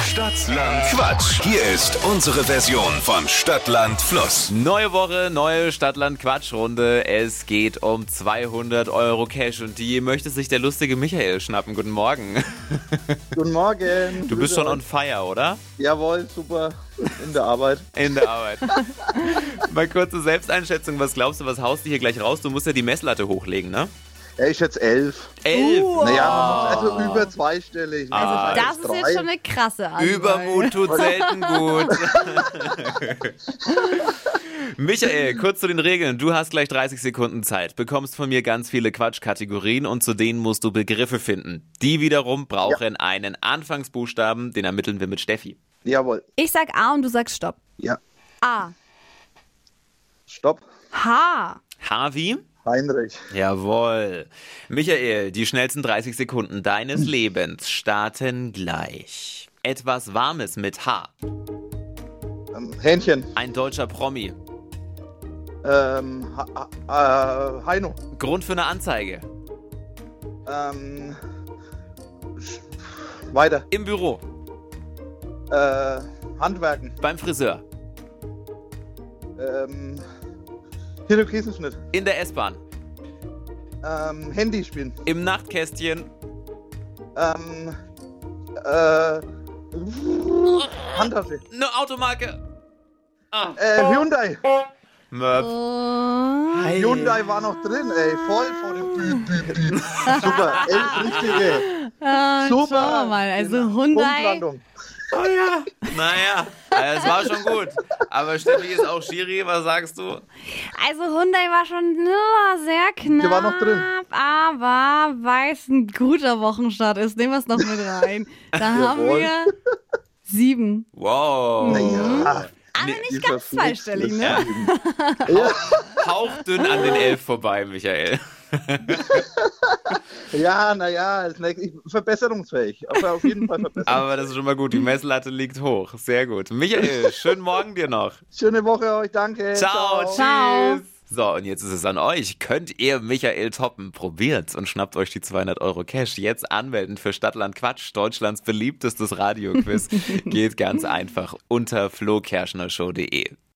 Stadtland Quatsch. Hier ist unsere Version von Stadtland Fluss. Neue Woche, neue Stadtland-Quatschrunde. Es geht um 200 Euro Cash und die möchte sich der lustige Michael schnappen. Guten Morgen. Guten Morgen. Du bist schon on und fire, oder? Jawohl, super. In der Arbeit. In der Arbeit. Mal kurze Selbsteinschätzung. Was glaubst du, was haust du hier gleich raus? Du musst ja die Messlatte hochlegen, ne? Ja, ich schätze elf. Elf. Naja, also über zweistellig. Also Nein, das alles Das ist jetzt drei. schon eine krasse Antwort. Übermut tut selten gut. Michael, kurz zu den Regeln. Du hast gleich 30 Sekunden Zeit, bekommst von mir ganz viele Quatschkategorien und zu denen musst du Begriffe finden. Die wiederum brauchen einen Anfangsbuchstaben, den ermitteln wir mit Steffi. Jawohl. Ich sag A und du sagst Stopp. Ja. A. Stopp. H. Harvey? Heinrich. Jawohl. Michael, die schnellsten 30 Sekunden deines Lebens starten gleich. Etwas Warmes mit H. Ähm, Hähnchen. Ein deutscher Promi. Ähm, ha ha- äh, Heino. Grund für eine Anzeige. Ähm, sch- weiter. Im Büro. Äh, Handwerken. Beim Friseur. Ähm, Hirokäsenschnitt. In der S-Bahn. Ähm, Handy spielen. Im Nachtkästchen. Ähm, äh, Handtasche. Eine Automarke. Oh. Äh, Hyundai. Äh, Möp. Und Hyundai war noch drin, ey. Voll vor dem Büb, Büb, Büb. Super, elf richtige. Super. äh, Genau. schauen wir mal. Also Hyundai. Punktlandung. Naja, also es war schon gut. Aber Steffi ist auch Schiri, was sagst du? Also Hyundai war schon nur sehr knapp. war noch drin. Aber weil es ein guter Wochenstart ist, nehmen wir es noch mit rein. Da haben Jawohl. wir sieben. Wow. Ja, Aber Nee, nicht ganz zweistellig, ne? Ja. Hauchdünn an den Elf vorbei, Michael. Ja, naja, verbesserungsfähig. Aber auf jeden Fall verbessert. Aber das ist schon mal gut. Die Messlatte liegt hoch. Sehr gut. Michael, schönen Morgen dir noch. Schöne Woche euch, danke. Ciao, Ciao. tschüss. So, und jetzt ist es an euch. Könnt ihr Michael toppen? Probiert's und schnappt euch die 200 Euro Cash. Jetzt anmelden für Stadtland Quatsch, Deutschlands beliebtestes Radioquiz. Geht ganz einfach unter flokerschnershow.de.